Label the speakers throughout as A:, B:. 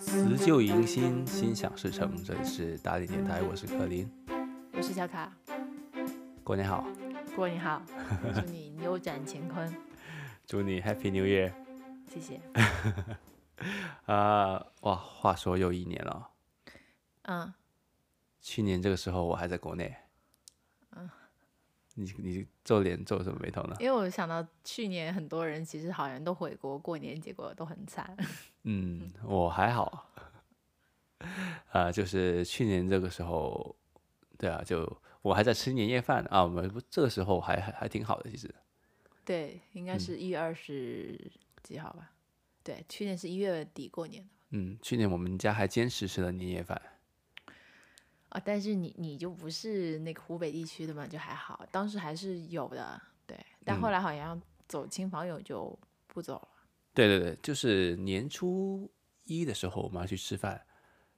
A: 辞旧迎新，心想事成。这里是打理电台，我是柯林。
B: 我是小卡，
A: 过年好，
B: 过年 好，祝你扭转乾坤，
A: 祝你 Happy New Year！
B: 谢谢。
A: 啊、哇，话说又一年了。
B: 嗯，
A: 去年这个时候我还在国内。你你皱脸皱什么眉头呢？
B: 因为我想到去年很多人其实好像都回国过年，结果都很惨。
A: 嗯，我还好。啊，就是去年这个时候，对啊，就我还在吃年夜饭啊。我们这个时候还还还挺好的，其实。
B: 对，应该
A: 嗯
B: 是一月二十几号吧？对，去年是一月底过年的
A: 嗯，去年我们家还坚持吃了年夜饭。
B: 啊。但是你你就不是那个湖北地区的嘛，就还好，当时还是有的。对，但
A: 嗯
B: 后来好像走亲访友就不走了。
A: 对对对，就是年初一的时候，我们要去吃饭，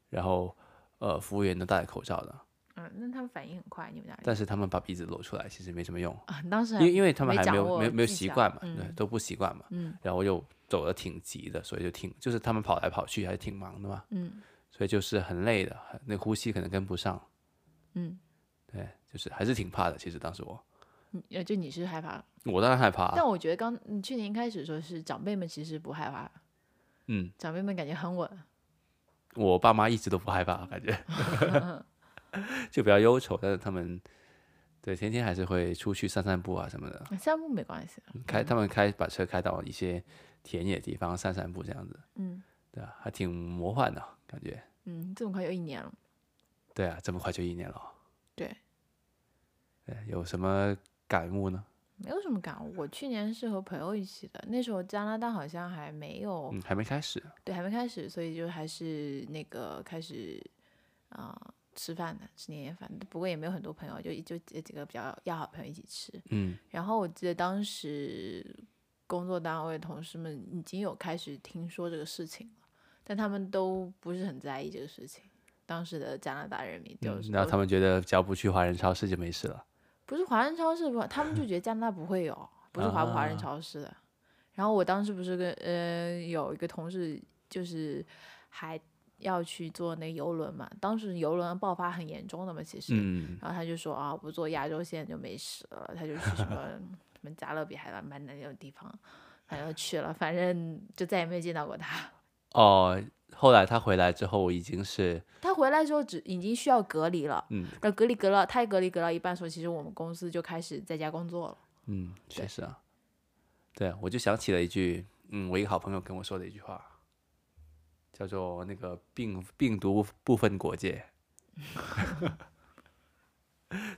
A: 然后呃，服务员都戴着口罩的，
B: 嗯，那他们反应很快，你们那里
A: 但是他们把鼻子露出来，其实没什么用，
B: 哎啊？当时
A: 因
B: 还
A: 为因为他们
B: 没
A: 还没
B: 掌
A: 有没有
B: 握
A: 没有
B: 技
A: 习
B: 巧
A: 惯嘛，对，
B: 嗯
A: 都不习惯嘛，
B: 嗯
A: 然后又走的挺急的，所以就挺就是他们跑来跑去还挺忙的嘛，
B: 嗯
A: 所以就是很累的，那呼吸可能跟不上，
B: 嗯，
A: 对，就是还是挺怕的。其实当时我
B: 你呃，就你是害怕
A: 我当然害怕啊，
B: 但我觉得刚嗯去年一开始的时候是长辈们其实不害怕，
A: 嗯，
B: 长辈们感觉很稳。
A: 我爸妈一直都不害怕，感觉就比较忧愁，但是他们对天天还是会出去散散步啊什么的。
B: 散步没关系，
A: 开他们开把车开到一些田野地方散散步这样子，
B: 嗯
A: 对啊，还挺魔幻的感觉。
B: 嗯，这么快就一年了，
A: 对啊，这么快就一年了，
B: 对，
A: 对，有什么感悟呢？
B: 没有什么感悟。我去年是和朋友一起的，那时候加拿大好像还没有，
A: 嗯，还没开始。
B: 对，还没开始，所以就还是那个开始啊、呃吃饭的，吃年夜饭。不过也没有很多朋友，就就几几个比较要好的朋友一起吃。
A: 嗯
B: 然后我记得当时工作单位同事们已经有开始听说这个事情了，但他们都不是很在意这个事情。当时的加拿大人民就
A: 嗯
B: 是，
A: 然
B: 都
A: 后他们觉得只要不去华人超市就没事了。
B: 不是华人超市不，他们就觉得加拿大不会有，不是华不华人
A: 啊
B: 超市的。然后我当时不是跟呃有一个同事，就是还要去坐那游轮嘛，当时游轮爆发很严重的嘛，其实，
A: 嗯，
B: 然后他就说啊，不做亚洲线就没事了，他就去什么什么加勒比海南那种地方，反正去了，反正就再也没有见到过他。
A: 哦，后来他回来之后已经是
B: 他回来之后只已经需要隔离了，
A: 嗯
B: 然后隔离隔了，他也隔离隔到一半的时候，其实我们公司就开始在家工作了。
A: 嗯，确
B: 对
A: 实啊。对啊，我就想起了一句，嗯，我一个好朋友跟我说的一句话，叫做那个病病毒不分国 界。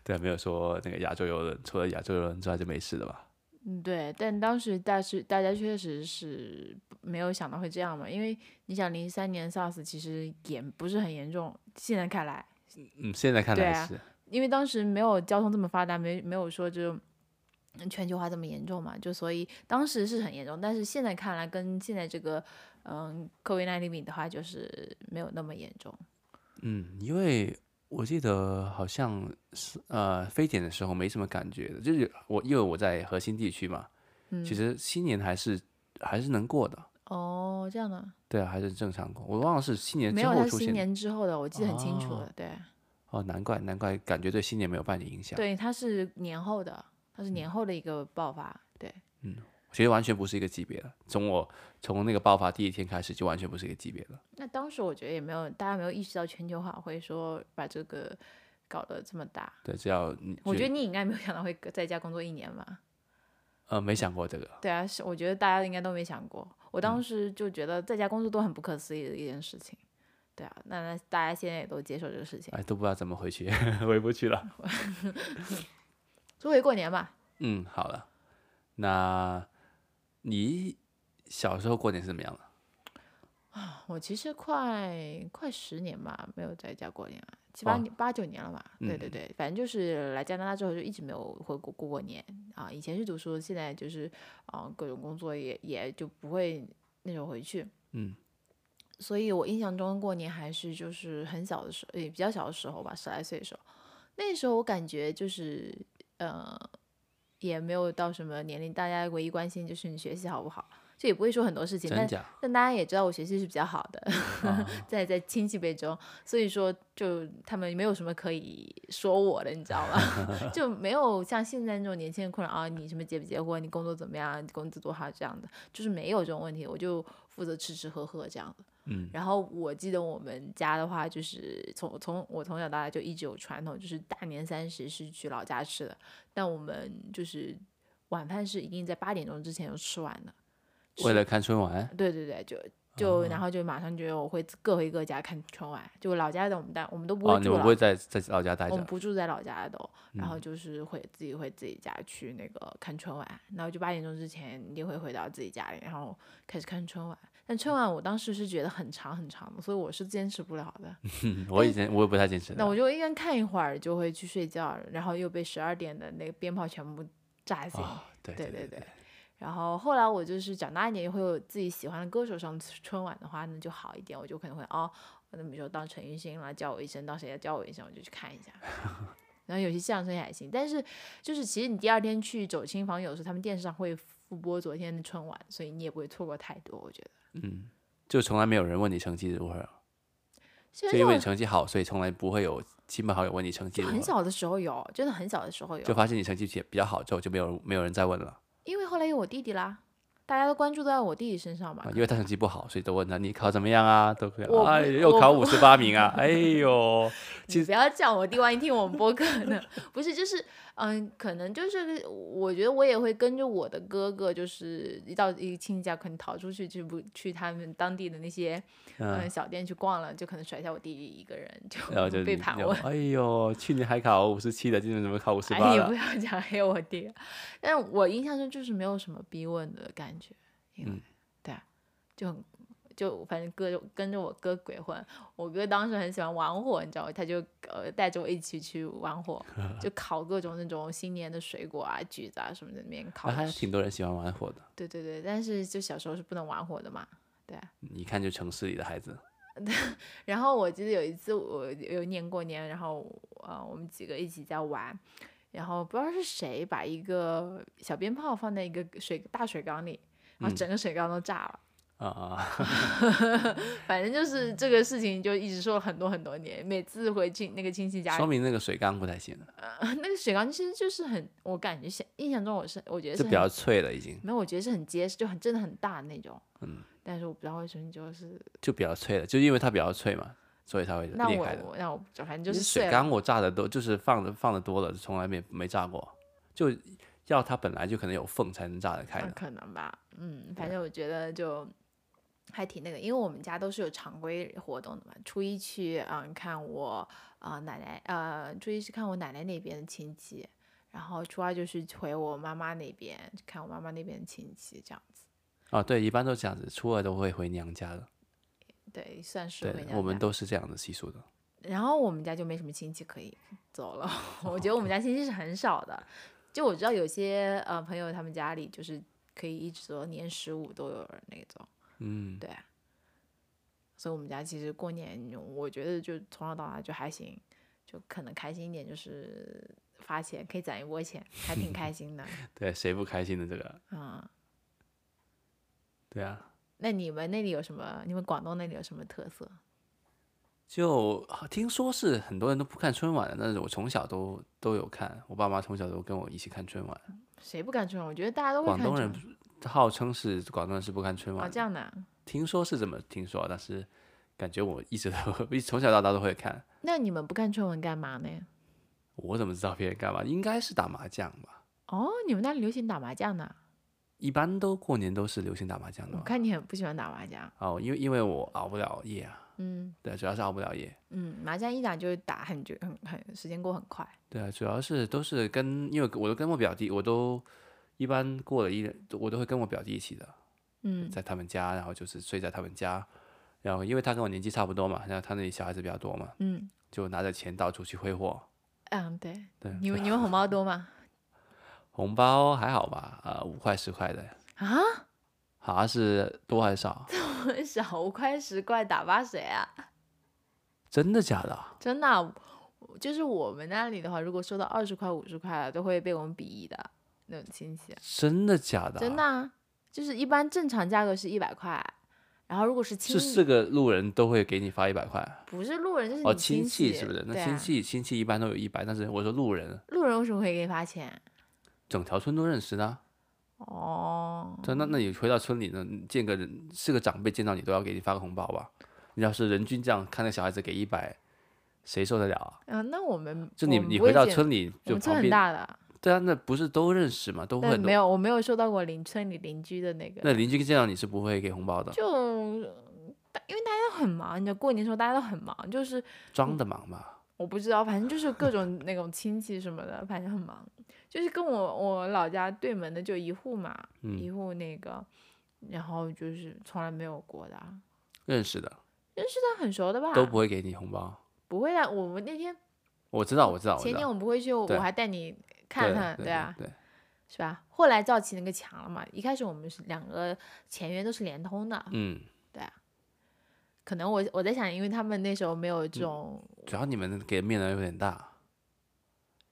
A: 对啊，没有说那个亚洲游轮，除了亚洲游轮之外就没事的吧？
B: 嗯，对，但当时大是大家确实是没有想到会这样嘛，因为你想零三年 SARS 其实也不是很严重，现在看来，
A: 嗯，现在看
B: 对
A: 来
B: 啊
A: 是，
B: 因为当时没有交通这么发达，没没有说就嗯全球化这么严重嘛，就所以当时是很严重，但是现在看来跟现在这个嗯 COVID-19 比的话，就是没有那么严重。
A: 嗯，因为我记得好像是呃非典的时候没什么感觉的，就是我因为我在核心地区嘛，
B: 嗯，
A: 其实新年还是还是能过的。
B: 哦，这样的，
A: 对啊，还是正常过。我忘了是新年
B: 没
A: 之
B: 有
A: 后
B: 他
A: 出
B: 新
A: 现的
B: 年之后的，我记得很清楚
A: 哦
B: 的，对
A: 哦，难怪难怪，感觉对新年没有半点影响。，
B: 对，他是年后的，他是
A: 嗯
B: 年后的一个爆发，对。
A: 其实完全不是一个级别的。从我从那个爆发第一天开始，就完全不是一个级别了。
B: 那当时我觉得也没有，大家没有意识到全球化会说把这个搞得这么大。
A: 对，只要你
B: 我觉
A: 去
B: 得你应该没有想到会在家工作一年吧？
A: 呃没想过这个，
B: 对啊，是我觉得大家应该都没想过。我当时就觉得在家工作都很不可思议的一件事情。对啊，那那大家现在也都接受这个事情，
A: 哎，都不知道怎么回去， 回不去了。
B: 作为过年吧。
A: 嗯，好了，那你小时候过年是怎么样的？
B: 我其实快快十年吧，没有在家过年了，七八
A: 哦嗯
B: 年、八九年了吧？对对对，反正就是来加拿大之后就一直没有回国过过年啊。以前是读书，现在就是啊、各种工作也也就不会那种回去。
A: 嗯，
B: 所以我印象中过年还是就是很小的时候，也比较小的时候吧，十来岁的时候，那时候我感觉就是呃，也没有到什么年龄，大家唯一关心就是你学习好不好，就也不会说很多事情，
A: 真
B: 但
A: 假？
B: 但大家也知道我学习是比较好的，
A: 啊
B: 在在亲戚辈中，所以说就他们没有什么可以说我的，你知道吧？ 就没有像现在那种年轻人困扰啊，你什么结不结婚，你工作怎么样，你工资多少这样的，就是没有这种问题，我就负责吃吃喝喝这样的。
A: 嗯，
B: 然后我记得我们家的话，就是从从我从小到大就一直有传统，就是大年三十是去老家吃的，但我们就是晚饭是一定在八点钟之前就吃完的。
A: 为了看春晚，
B: 对对对，就
A: 嗯
B: 就、然后就马上就我会各回各家看春晚，就老家的我们但我们都不
A: 哦，
B: 会
A: 你
B: 住
A: 们
B: 老，
A: 不会在在老家待
B: 我
A: 着
B: 们不住在老家的都，然
A: 嗯
B: 后就是会自己会自己家去那个看春晚，然后就八点钟之前一定会回到自己家里，然后开始看春晚。但春晚我当时是觉得很长很长的，所以我是坚持不了 的。
A: 嗯我以前我也不太坚持
B: 那
A: 的，
B: 我就一边看一会儿就会去睡觉，然后又被十二点的那个鞭炮全部炸醒。
A: 啊，对
B: 对
A: 对
B: 对，然后后来我就是长大一点，会有自己喜欢的歌手上春晚的话，那就好一点，我就可能会哦，那比如说当陈奕迅啦，叫我一声；当谁来叫我一声，我就去看一下。 然后有些相声也还行，但是就是其实你第二天去走亲访友的时候，他们电视上会复播昨天的春晚，所以你也不会错过太多。我觉得
A: 嗯，就从来没有人问你成绩如何，
B: 其
A: 就
B: 实
A: 因为你
B: 就
A: 成绩好，所以从来不会有亲朋好友问你成绩
B: 就
A: 如
B: 很
A: 何，
B: 小的时候有，真的很小的时候有，
A: 啊就发现你成绩比比较好之后，就没有没有人再问了，
B: 因为后来有我弟弟啦，大家都关注在我弟弟身上嘛
A: 啊。因为他成绩不好，所以都问他你考怎么样啊，都可以，
B: 我不
A: 哎，又
B: 我
A: 考五
B: 不
A: 十八名 啊，哎呦，其
B: 你不要这样，我弟万一听我们播客呢？不是，就是嗯，可能就是我觉得我也会跟着我的哥哥，就是一到一个亲戚家，可能逃出去去不去他们当地的那些嗯
A: 嗯，
B: 小店去逛了，就可能甩下我弟弟一个人，就
A: 然后就
B: 被
A: 你
B: 盘
A: 就
B: 问。
A: 哎呦，去年还考五十七的，今年怎么考五十
B: 哎，
A: 八
B: 你
A: 了
B: 不？要讲黑我弟，但我印象中就是没有什么逼问的感觉，因为、
A: 嗯
B: 对啊，就很就反正哥就跟着我哥鬼混，我哥当时很喜欢玩火，你知道吗？他就呃带着我一起去玩 火，就烤各种那种新年的水果啊、橘子啊什么的，那边烤
A: 那还
B: 着吃。
A: 挺多人喜欢玩火的，
B: 对对对，但是就小时候是不能玩火的嘛，对啊。
A: 一看就城市里的孩子，
B: 然后我记得有一次我有一年过年，然后呃我们几个一起在玩，然后不知道是谁把一个小鞭炮放在一个水大水缸里，然
A: 嗯
B: 后整个水缸都炸了。
A: 啊啊，
B: 反正就是这个事情就一直说了很多很多年，每次回亲那个亲戚家
A: 说，明那个水缸不太行，
B: 那个水缸其实就是很，我感觉像印象中我是我觉得
A: 就是比
B: 很
A: 较脆了已经，
B: 没有，我觉得是很结实，就很真的很大那种。嗯，但是我不知道为什么就是
A: 就比较脆了，就因为它比较脆嘛，所以才会
B: 那
A: 裂
B: 我
A: 开的。
B: 我那我不知道，反正
A: 其
B: 就
A: 实
B: 是
A: 水
B: 碎了
A: 缸我炸的都就是放的放的多了，从来没没炸过，就要它本来就可能有缝才能炸得开
B: 那
A: 的。
B: 可能吧，嗯，反正我觉得就还挺那个，因为我们家都是有常规活动的嘛，初一去嗯看我啊、呃奶奶，呃初一是看我奶奶那边的亲戚，然后初二就是回我妈妈那边看我妈妈那边的亲戚，这样子，
A: 啊，对，一般都这样子，初二都会回娘家的。
B: 对，算是
A: 对
B: 回，娘
A: 我们
B: 家
A: 都是这样的习俗的。
B: 然后我们家就没什么亲戚可以走 了，我觉得我们家亲戚是很少的。就我知道有些呃朋友他们家里就是可以一直走到年十五都有人那种，
A: 嗯，
B: 对啊。所以我们家其实过年，我觉得就从小到大就还行，就可能开心一点就是发钱，可以攒一波钱，还挺开心 的。
A: 对，谁不开心的这个？
B: 嗯，
A: 对啊，
B: 那你们那里有什么？你们广东那里有什么特色？
A: 就好听说是很多人都不看春晚的，但是我从小都都有看，我爸妈从小都跟我一起看春晚。
B: 谁不看春晚？我觉得大家都会
A: 广
B: 看
A: 东
B: 春
A: 人
B: 晚。
A: 号称是广东人是不看春晚
B: 哦，
A: 的
B: 这样的啊。
A: 听说是这么听说，但是感觉我一直都 一从小到大都会看。
B: 那你们不看春晚干嘛呢？
A: 我怎么知道别人干嘛？应该是打麻将吧。
B: 哦，你们那里流行打麻将呢？
A: 一般都过年都是流行打麻将的
B: 我
A: 嘛。
B: 看你很不喜欢打麻将。
A: 哦，因为因为我熬不了夜啊，
B: 嗯
A: 对，主要是熬不了夜。
B: 嗯，麻将一打就打很久，很很时间过很快。
A: 对啊，主要是都是跟，因为我都跟我表弟，我都一般过了一，我都会跟我表弟一起的，
B: 嗯
A: 在他们家，然后就是睡在他们家，然后因为他跟我年纪差不多嘛，然后他那里小孩子比较多嘛，
B: 嗯
A: 就拿着钱到处去挥霍。
B: 嗯，对。
A: 对，啊
B: 你们你们红包 多吗？
A: 红包还好吧？啊、五块十块的，
B: 啊，
A: 好像是多还是少？
B: 很少，五块十块打发谁啊？
A: 真的假的啊？
B: 真的啊、就是我们那里的话，如果收到二十块、五十块的，都会被我们鄙夷的。那种亲戚，
A: 真的假的、啊？
B: 真的、啊，就是一般正常价格是一百块，然后如果是亲
A: 是四个路人都会给你发一百块。
B: 不是路人，就是
A: 哦，
B: 你亲
A: 亲戚是不是？那
B: 对
A: 亲
B: 啊
A: 戚、亲戚一般都有一百，但是我说路人，
B: 路人为什么会给你发钱？
A: 整条村都认识的啊。
B: 哦，
A: 对，那那你回到村里呢，见个人是个长辈见到你都要给你发个红包吧？你要是人均这样看那小孩子给一百，谁受得了啊？
B: 嗯、那我们
A: 就
B: 我
A: 你
B: 们
A: 你
B: 不会
A: 回到
B: 见
A: 村里
B: 我
A: 就
B: 们
A: 旁
B: 村很
A: 边，
B: 大的，
A: 对啊，那不是都认识嘛，都会
B: 但
A: 很
B: 没
A: 多。
B: 有我没有收到过邻村里邻居的那个，
A: 那邻居见到你是不会给红包的，
B: 就大因为大家都很忙，你知道过年的时候大家都很忙，就是
A: 装的忙嘛。
B: 我不知道，反正就是各种那种亲戚什么的，反正很忙。就是跟我我老家对门的就一户嘛，一
A: 嗯，
B: 户那个，然后就是从来没有过的啊，
A: 认识的
B: 但很熟的吧？
A: 都不会给你红包。
B: 不会的。我们那天
A: 我知道，我知道，我知
B: 前
A: 道
B: 天。我们不会去，我
A: 对
B: 还带你看看，
A: 对
B: 啊，
A: 对，
B: 是吧？后来造起那个墙了嘛，一开始我们是两个前院都是连通的，
A: 嗯，
B: 可能我我在想，因为他们那时候没有
A: 嗯
B: 这种，
A: 主要你们给面额有点大，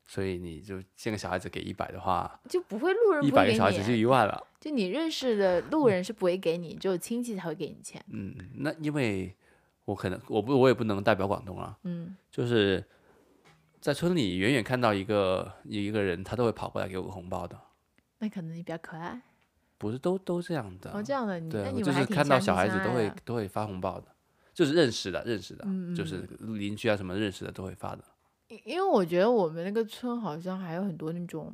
A: 所以你就见个小孩子给一百的话，
B: 就不会路人
A: 一
B: 不
A: 百
B: 会
A: 个
B: 给
A: 小孩子就
B: 你，
A: 一嗯万了。
B: 就你认识的路人是不会给你，只有亲戚才会给你钱。
A: 嗯，那因为我可能我不我也不能代表广东啊，
B: 嗯，
A: 就是在村里远远看到一个一个人，他都会跑过来给我个红包的，
B: 那可能你比较可爱。
A: 不是都都这样的。
B: 哦，这样的，你那
A: 对，
B: 你
A: 我
B: 们
A: 就
B: 还
A: 是
B: 挺
A: 看到
B: 相
A: 小
B: 亲
A: 孩子
B: 相
A: 都
B: 爱
A: 会
B: 的。
A: 都会发红包的，就是认识的认识的，就是
B: 嗯
A: 邻居啊什么认识的都会发的。
B: 因因为我觉得我们那个村好像还有很多那种，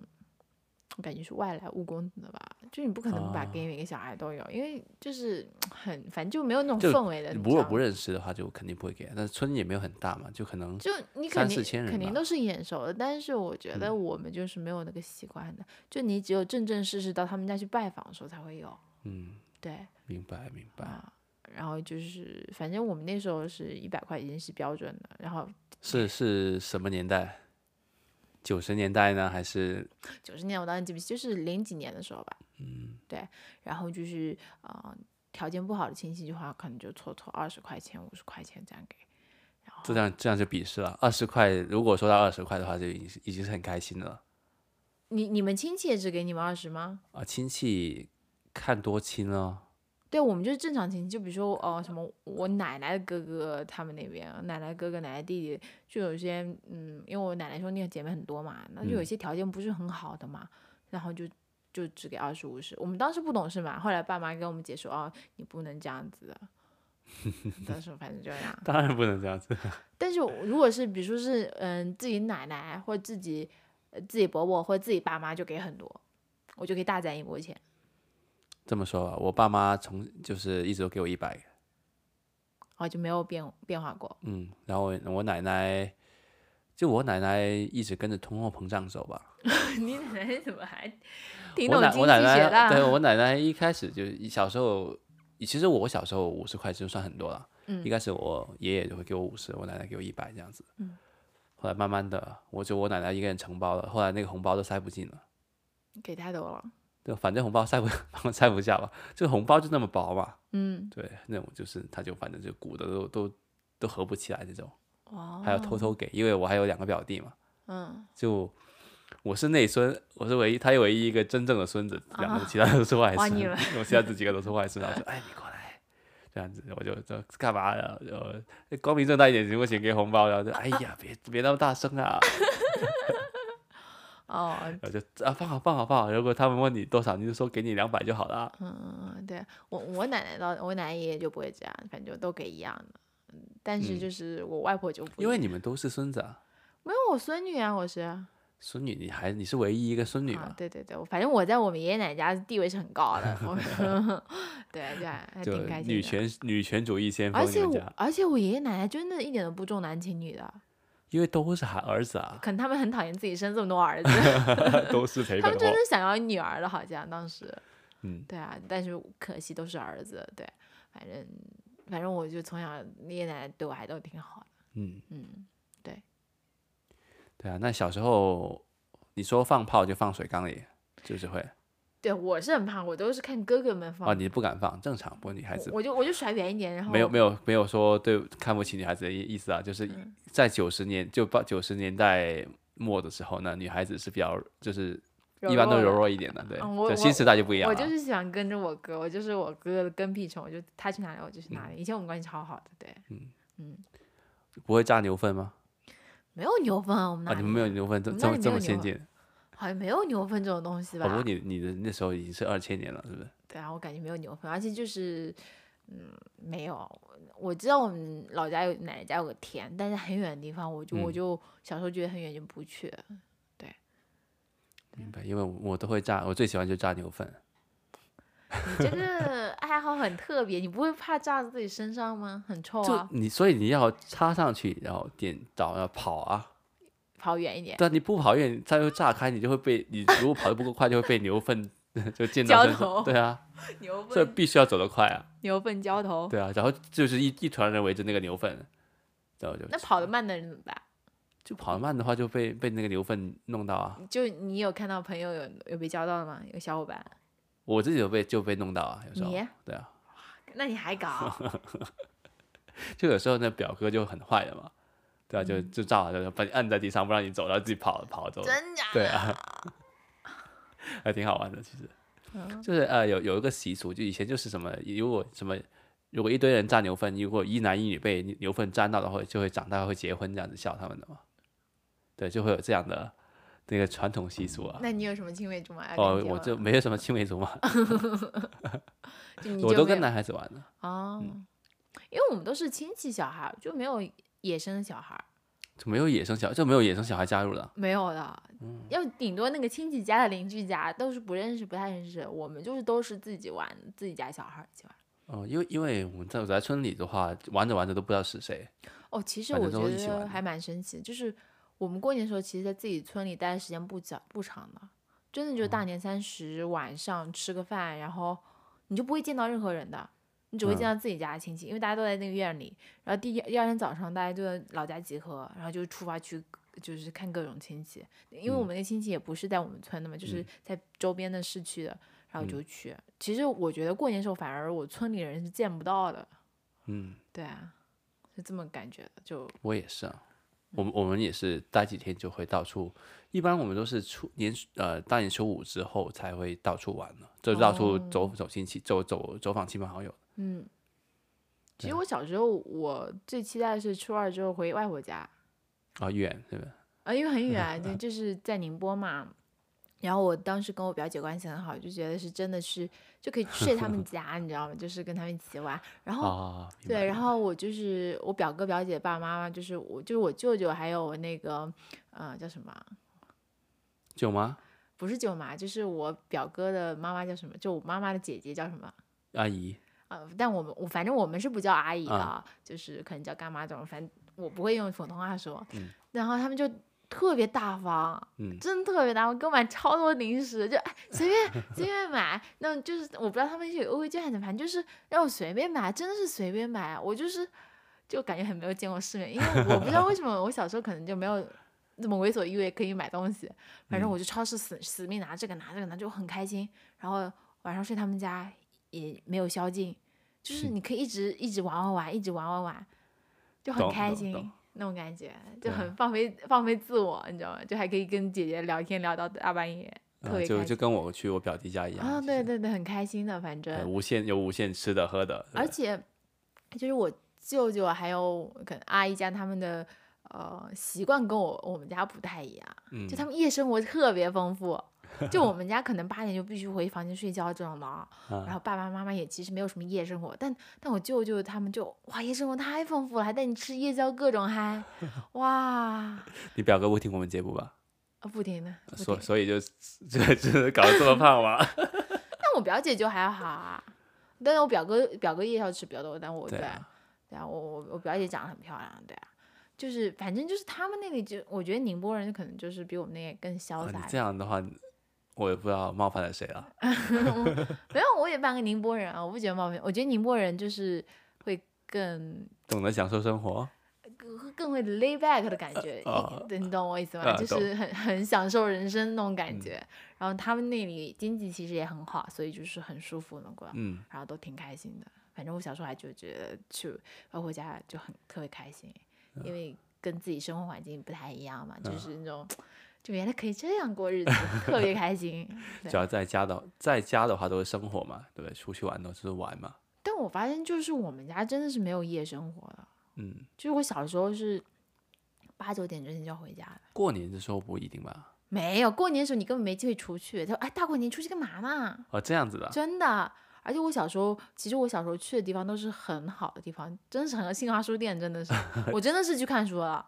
B: 我感觉是外来务工的吧，就你不可能把
A: 啊
B: 给每个小孩都有，因为就是很反正就没有那
A: 就
B: 种氛围的。你
A: 如
B: 知
A: 果
B: 道
A: 不
B: 吗
A: 认识的话，就肯定不会给。但是村也没有很大嘛，就可能
B: 就你
A: 三
B: 肯
A: 四
B: 定
A: 千人
B: 肯定
A: 吧嗯
B: 都是眼熟的，但是我觉得我们就是没有那个习惯的，就你只有正正式式到他们家去拜访的时候才会有，
A: 嗯，
B: 对
A: 明白明白，
B: 啊。然后就是，反正我们那时候是一百块已经是标准的，然后
A: 是是什么年代？九十年代呢，还是
B: 九十年我当然记不起，就是零几年的时候吧。嗯，对，然后就是呃，条件不好的亲戚的话，可能就凑凑二十块钱、五十块钱这样给。
A: 这样这样就鄙视啊了？二十块，如果说到二十块的话，就已经是已经是很开心的了
B: 你你们亲戚也只给你们二十吗？
A: 啊。亲戚看多亲哦，
B: 对，我们就是正常亲戚，就比如说呃什么我奶奶的哥哥他们那边，奶奶哥哥、奶奶弟弟，就有一些嗯，因为我奶奶兄弟姐妹很多嘛，那就有一
A: 嗯
B: 些条件不是很好的嘛，然后就就只给二十五十。我们当时不懂事嘛，后来爸妈跟我们解说哦，你不能这样子的。 当时反正就这样。
A: 当然不能这样子。
B: 但是我如果是比如说是嗯自己奶奶或者自己呃自己伯伯或者自己爸妈就给很多，我就可以大攒一波钱。
A: 这么说吧，啊我爸妈从就是一直都给我一百，
B: 哦，就没有变变化过。
A: 嗯，然后我我奶奶，就我奶奶一直跟着通货膨胀走吧。
B: 你奶奶怎么还挺
A: 我
B: 懂
A: 奶
B: 经
A: 我
B: 济
A: 奶
B: 学的
A: 奶
B: 啊？
A: 对我奶奶一开始就小时候，其实我小时候五十块就算很多了。
B: 嗯
A: 一开始我爷爷就会给我五十，我奶奶给我一百这样子。
B: 嗯
A: 后来慢慢的，我就我奶奶一个人承包了，后来那个红包都塞不进了。
B: 给太多了。
A: 对，反正红包塞不 塞不下吧，这个红包就那么薄嘛。
B: 嗯，
A: 对，那种就是他就反正就鼓的都都都合不起来这种。
B: 哦，
A: 还要偷偷给，因为我还有两个表弟嘛，
B: 嗯，
A: 就我是内孙，我是唯一，他唯一一个真正的孙子，两
B: 啊
A: 个其他都是外
B: 哇
A: 孙
B: 你们，
A: 我其他这几个都是外孙，然后就哎你过来，这样子我就就干嘛呀？呃，光明正大一点行不行？给红包，然后就哎呀，别别那么大声啊，
B: 哦，
A: 然后就啊放好放好放好，如果他们问你多少，你就说给你两百就好了啊。
B: 嗯，对我我奶奶到我奶奶爷爷就不会这样，反正都给一样的。嗯但是就是我外婆就不一
A: 因
B: 样，
A: 为你们都是孙子啊，
B: 没有我孙女啊，我是啊，
A: 孙女，你还你是唯一一个孙女嘛，
B: 对对对，我反正我在我们爷爷奶奶家地位是很高 的，我对对，还
A: 就
B: 挺开心
A: 女
B: 的。
A: 权女权主义先锋，
B: 而
A: 你
B: 且
A: 们
B: 我
A: 家，
B: 而且我爷爷奶奶真的一点都不重男轻女的，
A: 因为都是孩儿子 啊，
B: 可能他们很讨厌自己生这么多儿子，
A: 都是陪
B: 他
A: 本
B: 们
A: 货
B: 真的。想要女儿了，好像当时。
A: 嗯
B: 对啊，但是可惜都是儿子，对，反正反正我就从小爷爷奶奶对我还都挺好的，
A: 嗯，
B: 嗯，
A: 对啊，那小时候你说放炮就放水缸里，就是会
B: 对我是很怕，我都是看哥哥们放，
A: 啊，你不敢放，正常，不过女孩子
B: 我我就我就甩远一点，然后
A: 没有没有没有说对看不起女孩子的意意思啊，就是
B: 嗯
A: 在九十年就八九十年代末的时候呢，女孩子是比较就是
B: 柔
A: 一般都
B: 弱
A: 柔
B: 的
A: 弱一点的，对，
B: 嗯我
A: 就
B: 我
A: 新时代就不一样
B: 我
A: 了。
B: 就是喜欢跟着我哥，我就是我哥的跟屁虫，我就他去哪里我就去哪
A: 嗯
B: 里。以前我们关系超好的，对，
A: 不会炸牛粪吗？
B: 没有牛粪啊，我们那
A: 啊，
B: 里、
A: 你们没有牛粪这
B: 我们
A: 这
B: 那
A: 么
B: 里
A: 这
B: 没有
A: 么先
B: 牛粪
A: 进？
B: 好像没有牛粪这种东西吧？
A: 哦，不过你你的那时候已经是二千年了，是不是？
B: 对啊，我感觉没有牛粪，而且就是，嗯，没有。我知道我们老家有奶奶家有个田，但是很远的地方，我就、我
A: 嗯
B: 就小时候觉得很远就不去。
A: 明白，因为我我都会炸，我最喜欢就炸牛粪。
B: 你这个 爱好很特别，你不会怕炸到自己身上吗？很臭
A: 就
B: 啊，
A: 你，所以你要插上去，然后点着，然后跑啊。
B: 跑远一点，
A: 但你不跑远，它又炸开，你就会被你如果跑得不够快，就会被牛粪 就溅
B: 浇
A: 到身上。
B: 头
A: 对啊，
B: 牛
A: 所以
B: 粪
A: 必须要走得快啊。
B: 牛粪浇头。
A: 对啊，然后就是一一团人围着那个牛粪，然后就
B: 那跑得慢的人怎么办？
A: 就跑得慢的话，就被被那个牛粪弄到啊。
B: 就你有看到朋友有有被浇到的吗？有小伙伴？
A: 我自己有被就被弄到啊，有时候
B: 你。
A: 对啊，
B: 那你还搞？
A: 就有时候那表哥就很坏的嘛，对啊，就
B: 嗯
A: 就炸了，就把你按在地上不让你走，然后自己跑跑走。
B: 真假？
A: 对啊，还挺好玩的，其实。
B: 嗯
A: 就是呃，有有一个习俗，就以前就是什么，如果什么，如果一堆人炸牛粪，如果一男一女被牛牛粪沾到的话，就会长大会结婚这样子笑他们的嘛。对，就会有这样的那个传统习俗啊。
B: 那你啊有什么青梅竹马要跟
A: 哦，
B: 你结
A: 我
B: 婚
A: 就没有什么青梅竹马，
B: 就哦你
A: 我
B: 就
A: 都
B: 没
A: 跟
B: 有
A: 男嗯孩子玩的。
B: 哦，因为我们都是亲戚小孩儿，就没有野生的小孩儿，
A: 就没有野生小，就没有野生小孩加入了。
B: 没有的。
A: 嗯
B: 要顶多那个亲戚家的邻居家都是不认识、不太认识，我们就是都是自己玩，自己家小孩儿一起玩。
A: 哦、因为因为我们在我在村里的话，玩着玩着都不知道是谁。
B: 哦，其实
A: 反
B: 我
A: 正
B: 觉
A: 都一起玩
B: 得
A: 的
B: 还蛮神奇的，就是我们过年的时候，其实在自己村里待的时间不长不长的，真的就
A: 嗯
B: 大年三十晚上吃个饭，然后你就不会见到任何人的，你只会见
A: 嗯
B: 到自己家的亲戚，因为大家都在那个院里。然后第第二天早上，大家就在老家集合，然后就出发去就是看各种亲戚，因
A: 嗯
B: 为我们那个亲戚也不是在我们村的嘛，就是在周边的市区的，然
A: 嗯
B: 后就去。其实我觉得过年时候反而我村里人是见不到的，
A: 嗯，
B: 对啊，是这么感觉的，就。
A: 我也是啊，我们我们也是待几天就会到处，一般我们都是初年呃大年初五之后才会到处玩了，就到处
B: 哦
A: 走走亲戚，走走走访亲朋好友。
B: 嗯，其
A: 对
B: 实我小时候我最期待的是初二之后回外婆家
A: 啊，远对吧？
B: 啊，因为很 远，就就是在宁波嘛。然后我当时跟我表姐关系很好，就觉得是真的是就可以 睡他们家，你知道吗？就是跟他们一起玩。然后、
A: 啊，明白
B: 哦对，
A: 了
B: 然后我就是我表哥表姐爸爸妈妈，就是我就是我舅舅还有我那个呃叫什么啊？
A: 舅妈
B: 不是舅妈，就是我表哥的妈妈叫什么？就我妈妈的姐姐叫什么？
A: 阿姨
B: 呃，但我们我反正我们是不叫阿姨的，
A: 啊
B: 就是可能叫干妈这种，反正我不会用普通话说。然后他们就特别大方，
A: 嗯
B: 真的特别大方，给我买超多零食，就哎随便随便买。那就是我不知道他们是有优惠券还是怎么，反正就是让我随便买，真的是随便买。啊我就是就感觉很没有见过世面，因为我不知道为什么我小时候可能就没有。那么为所欲为可以买东西，反
A: 嗯
B: 正我就超市死死命拿这个拿这个拿，就很开心。然后晚上睡他们家也没有宵禁，就是你可以一直一直玩玩玩，一直玩玩玩，就很
A: 懂
B: 开
A: 懂
B: 心
A: 懂
B: 那种感觉，
A: 对
B: 就
A: 啊
B: 很放飞放飞自我，你知道吗？就还可以跟姐姐聊天聊到大半夜，
A: 啊
B: 特别
A: 就
B: 开
A: 就
B: 心。
A: 跟我去我表弟家一样
B: 啊，
A: 其
B: 对
A: 实
B: 对对，很开心的，反
A: 哎
B: 正
A: 无限有无限吃的喝的，对
B: 而
A: 吧
B: 且就是我舅舅还有可能阿姨家他们的呃习惯跟我我们家不太一样，
A: 嗯
B: 就他们夜生活特别 丰富。就我们家可能八点就必须回房间睡觉这种的啊，然后爸爸妈妈也其实没有什么夜生活，但但我舅舅他们就哇夜生活太丰富了，还带你吃夜宵各 种嗨，哇，
A: 你表哥不听我们节目吧？
B: 啊不停的不停
A: 所。所以就这 这搞得这么胖嘛？
B: 但我表姐就还好啊，但是我表哥表哥夜宵吃比较多，但我
A: 对
B: 对
A: 啊
B: 对啊，我我我表姐长得很漂亮，对啊，就是反正就是他们那里就，我觉得宁波人可能就是比我们那里更潇
A: 啊你
B: 洒一
A: 这
B: 点。
A: 样的话，我也不知道冒犯了谁了。
B: 没有，我也半个宁波人啊，我不觉得冒昧，我觉得宁波人就是会更
A: 懂得享受生活，
B: 更更会 lay back 的感觉，
A: 啊
B: 对你懂我意思吗？
A: 啊
B: 就
A: 懂嗯
B: 是很很享受人生那种感觉。然后他们那里经济其实也很好，所以就是很舒服能过。
A: 嗯，
B: 然后都挺开心的。反正我小时候还就觉得去外婆家就很特别开心，因为跟自己生活环境不太一样嘛，就是那种就原来可以这样过日子， 特别开心。对
A: 主要在家的，在家的话都是生活嘛，对不对？出去玩都是玩嘛，
B: 但我发现就是我们家真的是没有夜生活了，
A: 嗯，
B: 就是我小时候是八九点之前就要回家了，
A: 过年的时候不一定吧？
B: 没有过年的时候你根本没机会出去。他说：“哎，大过年出去干嘛呢？”
A: 哦，这样子的，
B: 真的。而且我小时候，其实我小时候去的地方都是很好的地方，真的是很新华书店，真 的是，我真的是去看书了，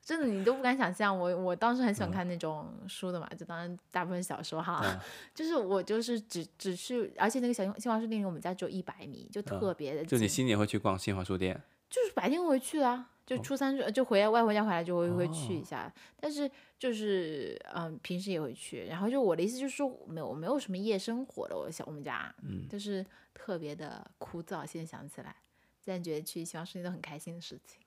B: 真的你都不敢想象。我我当时很喜欢看那种书的嘛，就当然大部分小说哈，
A: 嗯
B: 就是我就是只只去，而且那个小新新华书店离我们家只有一百米，就特别的近。
A: 嗯就你新年会去逛新华书店，
B: 就是白天回去啊，就
A: 哦
B: 初三就就回来外婆家回来就会会去一下，但是就是嗯平时也会去，然后就我的意思就是说没有我没有什么夜生活的，我想我们家，
A: 嗯
B: 就是特别的枯燥。现在想起来，现在觉得去西方世界都很开心的事情。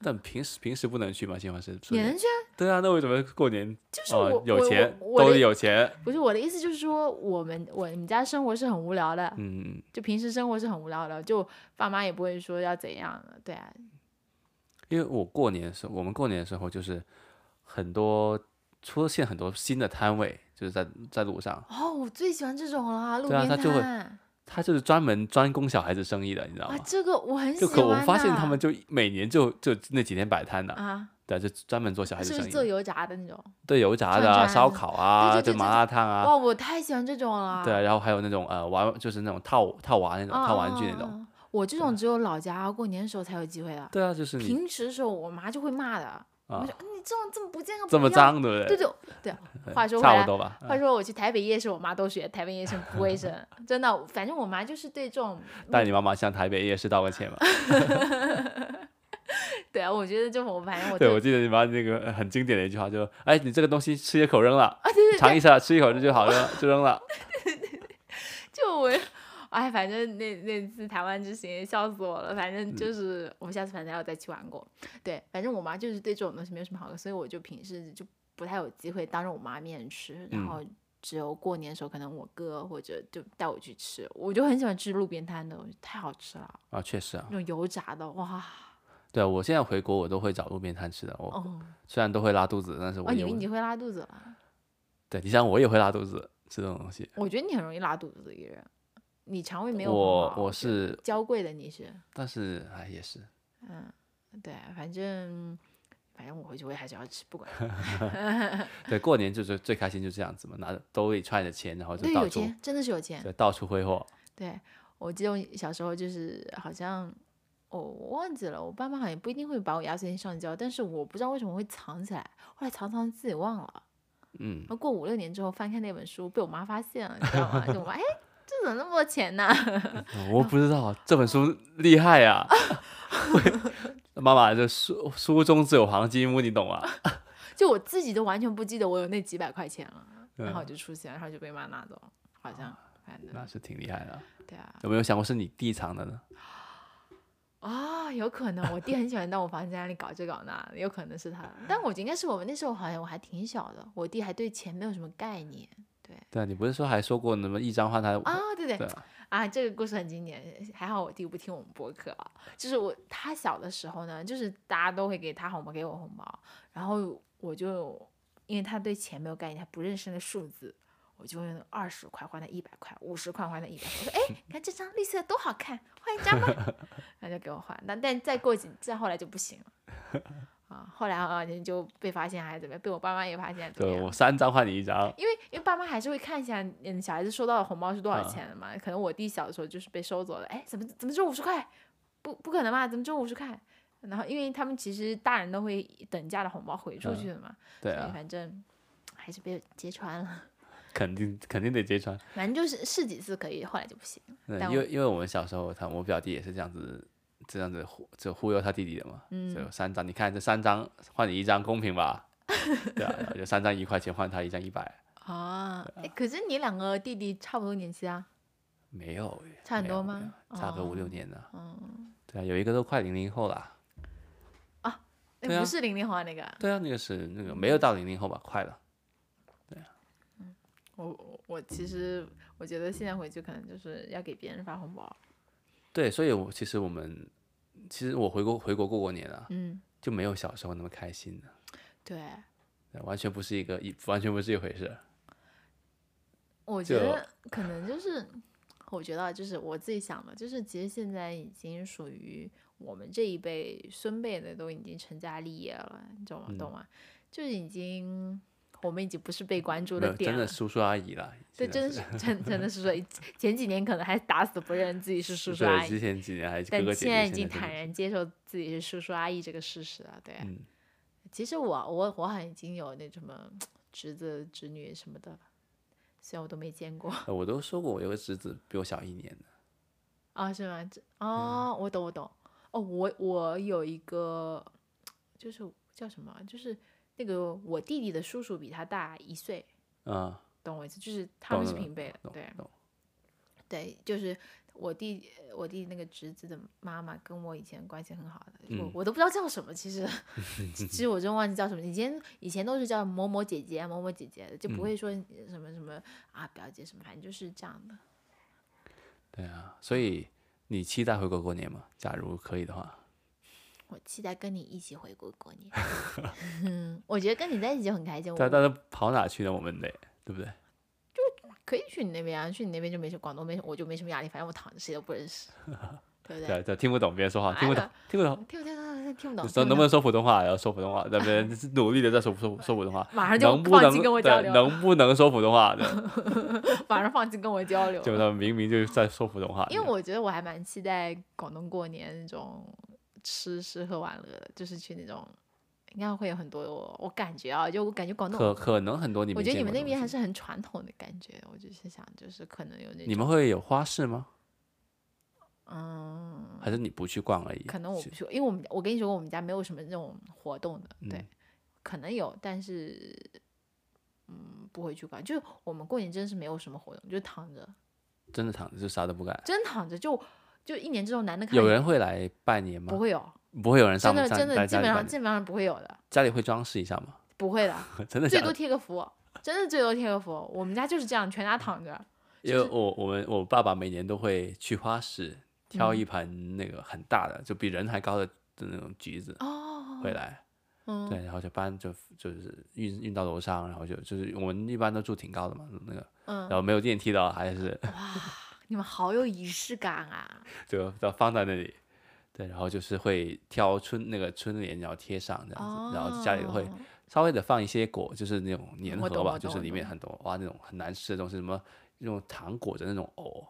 A: 但平时平时不能去吗？新华书书
B: 也
A: 店？
B: 能去啊，
A: 对啊，那为什么过年
B: 就是我、
A: 哦
B: 我
A: 有钱
B: 我我
A: 兜
B: 的
A: 里有钱？
B: 不是我的意思，就是说我们我们家生活是很无聊的，
A: 嗯，
B: 就平时生活是很无聊的，就爸妈也不会说要怎样的，对啊，
A: 因为我过年的时候，我们过年的时候就是很多出现很多新的摊位，就是在在路上，
B: 哦，我最喜欢这种啦，路
A: 对啊
B: 边
A: 他
B: 摊。
A: 就会他就是专门专攻小孩子生意的，你知道
B: 啊，
A: 吗？
B: 这个我很喜
A: 就
B: 欢
A: 可我发现
B: 呐
A: 他们就每年就就那几天摆摊的、
B: 啊，
A: 对，就专门做小孩子
B: 是不是
A: 生意
B: 做
A: 的，
B: 油炸的那种？
A: 对油炸的、
B: 串
A: 啊、
B: 串
A: 烧烤啊，
B: 对对对
A: 就
B: 对
A: 麻辣烫啊，
B: 哇，我太喜欢这种了。
A: 对，然后还有那种呃玩就是那种套套娃那种
B: 啊，
A: 套玩具
B: 啊
A: 那种，。
B: 啊啊我这种只有老家过年的时候才有机会了，
A: 对啊，就是你
B: 平时的时候我妈就会骂的。
A: 啊
B: 我说你这种这么不健康，
A: 这
B: 不
A: 么
B: 要。
A: 脏，对不
B: 对
A: 对？
B: 对 对，话说回
A: 差不
B: 来，
A: 多嗯吧。
B: 话说我去台北夜市，我妈都学台北夜市不卫生，真的，反正我妈就是对这种，
A: 带你妈妈向台北夜市道个歉吧。
B: 对啊，我觉得就我反正 我
A: 对，
B: 对
A: 我记得你妈那个呃很经典的一句话，就哎，你这个东西吃一口扔了，
B: 啊，对对
A: 尝一下，吃一口就就好扔就扔 了。
B: 就我， 哎，反正那那次台湾之行笑死我了。反正
A: 嗯
B: 就是、我下次反正要再去玩过。对，反正我妈就是对这种东西没有什么好的，所以我就平时就不太有机会当着我妈面吃，然
A: 嗯
B: 后只有过年的时候，可能我哥或者就带我去吃。我就很喜欢吃路边摊的，我觉得太好吃了，
A: 啊，确实啊
B: 那，种油炸的，哇，
A: 对我现在回国我都会找路边摊吃的，我
B: 哦，
A: 虽然都会拉肚子，但是
B: 哦，
A: 我
B: 你
A: 也
B: 为
A: 会
B: 你会拉肚子了？
A: 对，你想我也会拉肚子吃这种东西。
B: 我觉得你很容易拉肚子的一个人，你肠胃没有很
A: 我
B: 好啊
A: 我是，
B: 娇贵的，你是。
A: 但是哎也是，
B: 嗯，对，反正反正我回去我也还是要吃，不 管
A: 对，过年就是最开心就这样子嘛，拿着兜里揣着钱，然后就
B: 对
A: 到
B: 有
A: 处
B: 钱真的是有钱。
A: 对到处挥霍。
B: 对我记得我小时候就是好像我我忘记了，我爸妈好像不一定会把我压岁钱上交，但是我不知道为什么会藏起来，后来藏藏自己忘了。
A: 嗯，
B: 然后过五六年之后翻开那本书，被我妈发现了，你知道吗？ 就我妈哎，这怎么那么多钱呢？
A: 我不知道这本书厉害呀、啊。 妈妈，这书书中自有黄金屋，你懂吗？
B: 就我自己都完全不记得我有那几百块钱了，然后
A: 嗯
B: 就出现，然后就被妈拿走了，好像反正
A: 那是挺厉害的。
B: 对啊。
A: 有没有想过是你弟藏的呢？
B: 啊、有可能，我弟很喜欢到我房间里搞这搞那，有可能是他，但我觉得应该是我们那时候好像我还挺小的，我弟还对钱没有什么概念
A: 对，啊你不是说还说过什么一张换他？
B: 啊、对对
A: 对
B: 啊，这个故事很经典，还好我弟不听我们播客啊。就是我他小的时候呢，就是大家都会给他红包，给我红包，然后我就因为他对钱没有概念，他不认识那数字，我就用二十块换他一百块，五十块换他一百块。我说哎，你看这张绿色多好看，换一张吧， 他就给我换。但但再过几再后来就不行了。 啊，后来啊就被发现还是怎么样，被我爸妈也发现怎么
A: 对，
B: 样
A: 我？三张换你一张。
B: 因为因为爸妈还是会看一下，嗯，小孩子收到的红包是多少
A: 嗯
B: 钱的嘛。可能我弟小的时候就是被收走了，哎，怎么怎么只有五十块？不不可能吧？怎么只有五十块？然后因为他们其实大人都会等价的红包回出
A: 嗯
B: 去的嘛，
A: 对
B: 所以
A: 啊，
B: 反正还是被揭穿了。
A: 肯定肯定得揭穿。
B: 反正就是试几次可以，后来就不行了。
A: 对
B: 但，
A: 因
B: 我
A: 为因为我们小时候，他我表弟也是这样子，这样子忽就忽悠他弟弟的嘛，就
B: 嗯
A: 有三张，你看这三张换你一张，公平吧？ 对啊，然后就三张一块钱换他一张一百，
B: 啊，哎，可是你两个弟弟差不多年纪啊，
A: 没有耶，
B: 差很
A: 没
B: 多
A: 有
B: 吗？
A: 没有差个
B: 哦嗯
A: 五六年呢。对啊，有一个都快零零后了。
B: 那、
A: 对啊
B: 不是零零后啊，那个，
A: 对啊，那个是那个没有到零零后吧，快了。
B: 我我我其实我觉得现在回去可能就是要给别人发红包，
A: 对，所以我其实我们其实我回国回国过过年啊，
B: 嗯。
A: 就没有小时候那么开心了。
B: 对，
A: 完全不是一个一完全不是一回事。
B: 我觉
A: 就
B: 得可能就是，我觉得啊就是我自己想的，就是其实现在已经属于我们这一辈孙辈的都已经成家立业了，你懂吗？
A: 嗯
B: 懂吗？就是已经我们已经不是被关注
A: 没
B: 的
A: 有，
B: 点
A: 真
B: 了
A: 的。叔叔阿姨啦，
B: 对，
A: 现在
B: 真的是真真的是说，前几年可能还打死不认自己是叔叔阿
A: 对，
B: 姨
A: 之，前几年还是哥
B: 但
A: 哥姐姐，
B: 现在已经
A: 真的
B: 坦然接受自己是叔叔阿姨这个事实了。对，
A: 嗯
B: 其实我我我好像已经有那什么侄子侄女什么的了，虽然我都没见过。
A: 呃我都说过，我有个侄子比我小一年的，
B: 啊，是吗？这
A: 啊
B: 哦，我懂，我懂。哦，我我有一个，就是叫什么，啊就是那个我弟弟的叔叔比他大一岁，
A: 嗯，
B: 懂我意思？就是他们
A: 懂
B: 是
A: 懂
B: 平辈的，
A: 懂
B: 对
A: 懂
B: 对，就是我弟我弟那个侄子的妈妈跟我以前关系很好的，我
A: 嗯
B: 我都不知道叫什么，其实其实我真忘记叫什么，以前以前都是叫某某姐姐某某姐姐的，就
A: 嗯
B: 不会说什么什么啊表姐什么，反正就是这样的。
A: 对啊，所以你期待回国过年吗？假如可以的话，
B: 我期待跟你一起回国过年。嗯，我觉得跟你在一起就很开心。
A: 但
B: 我
A: 但是跑哪去呢？我们得对不对？
B: 可以去你那边啊，去你那边就没什么，广东没什么，我就没什么压力，反正我躺着谁都不认识，对不
A: 对
B: 对？
A: 啊对啊，听不懂别人说话，听不懂，听不懂。
B: 听不听不听听不
A: 说能
B: 懂？听
A: 不
B: 不懂？
A: 能说普通话？然后说普通话，那边 就是努力的在说说说普通话，
B: 马上就
A: 能不
B: 放
A: 能
B: 弃跟我
A: 对
B: 交流
A: 能不能说普通话？对，
B: 马上放弃跟我交流
A: 结。果他们明明就是在说普通话。
B: 因为我觉得我还蛮期待广东过年那种吃吃喝玩乐的，就是去那种，应该会有很多我我感觉啊，就我感觉广东，
A: 可可能很多你
B: 我
A: 没
B: 觉得你
A: 见过
B: 们
A: 的
B: 那边
A: 东
B: 还
A: 西
B: 是很传统的感觉。我就是想，就是可能有那
A: 你
B: 种
A: 们会有花市吗？
B: 嗯。
A: 还是你不去逛而已？
B: 可能我
A: 是
B: 不去，因为我们我跟你说过，我们家没有什么那种活动的，对，
A: 嗯
B: 可能有，但是嗯不会去管。就是我们过年真的是没有什么活动，就躺着，
A: 真的躺着就啥都不干。
B: 真躺着就就一年之中难得看
A: 有
B: 一
A: 人会来拜年吗？
B: 不会有，
A: 不会有人上
B: 真的
A: 上
B: 真的
A: 在
B: 基
A: 家
B: 本
A: 里拜
B: 上
A: 年
B: 基本上不会有的，
A: 家里会装饰一下吗？
B: 不会的，
A: 真的
B: 最
A: 假
B: 多
A: 的？
B: 贴个符，真的最多贴个符。我们家就是这样，全家躺 着，
A: 因为我我们我爸爸每年都会去花市挑一盆那个很大的，就比人还高的的那种橘子
B: 哦，
A: 回来，
B: 嗯
A: 对，然后就搬就就是运运到楼上，然后就就是我们一般都住挺高的嘛，那个，然
B: 嗯，
A: 后没有电梯的，还是
B: 你们好有仪式感啊，
A: 就就放在那里，对，然后就是会挑春那个春联，然后贴上这样子，然后家里会
B: 哦
A: 稍微的放一些果，就是那种粘
B: 我
A: 合
B: 懂
A: 吧，
B: 我
A: 就
B: 懂
A: 是
B: 我
A: 里面
B: 懂
A: 很多哇那种很难吃的东西，什么那种糖果的那种藕，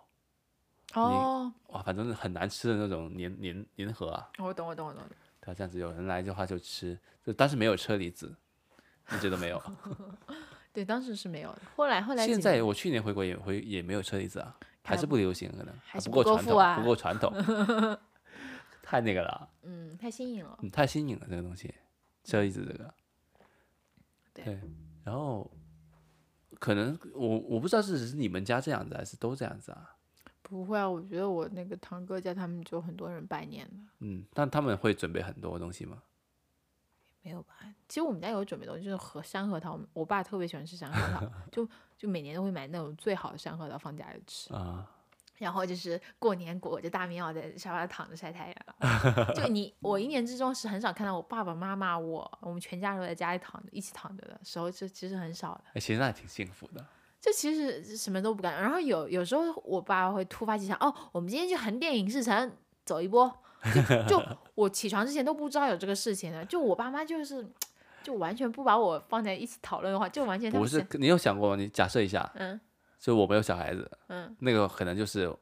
B: 哦，
A: 哇，反正是很难吃的那种粘粘粘合啊，
B: 我懂我懂我懂，
A: 对啊，这样子有人来的话就吃，就但是没有车厘子，你觉得 没有？
B: 对，当时是没有的，后来后来
A: 现
B: 几
A: 在我去年回国也回也没有车厘子啊，还
B: 看
A: 是
B: 来
A: 不流行，可能
B: 还是
A: 不
B: 不
A: 够
B: 够
A: 传
B: 富
A: 统，
B: 啊
A: 不够传统， 太那个了啊，
B: 嗯，太新颖了。
A: 嗯，太新颖了这个东西，车厘子这个，
B: 嗯对
A: 然后可能我我不知道是只是你们家这样子，还是都这样子啊？
B: 不会啊，我觉得我那个堂哥家他们就很多人拜年的，
A: 嗯，但他们会准备很多东西吗？
B: 没有吧？其实我们家有准备东西，就是和山核桃，我们我爸特别喜欢吃山核桃，就就每年都会买那种最好的山核桃放家里吃，
A: 啊，
B: 然后就是过年裹着大棉袄在沙发上躺着晒太阳。就你我一年之中是很少看到我爸爸妈妈我我们全家人都在家里躺着一起躺着的时候，这其实很少的。
A: 哎，其实那还挺幸福的。
B: 就其实什么都不干。然后有有时候我爸会突发奇想，哦，我们今天去横店影视城走一波。就 就我起床之前都不知道有这个事情的，就我爸妈就是就完全不把我放在一起讨论的话，就完哎全他
A: 不
B: 们
A: 是
B: 想，
A: 你有想过吗？你假设一下，
B: 嗯
A: 就我没有小孩子，
B: 嗯，
A: 那个可能就是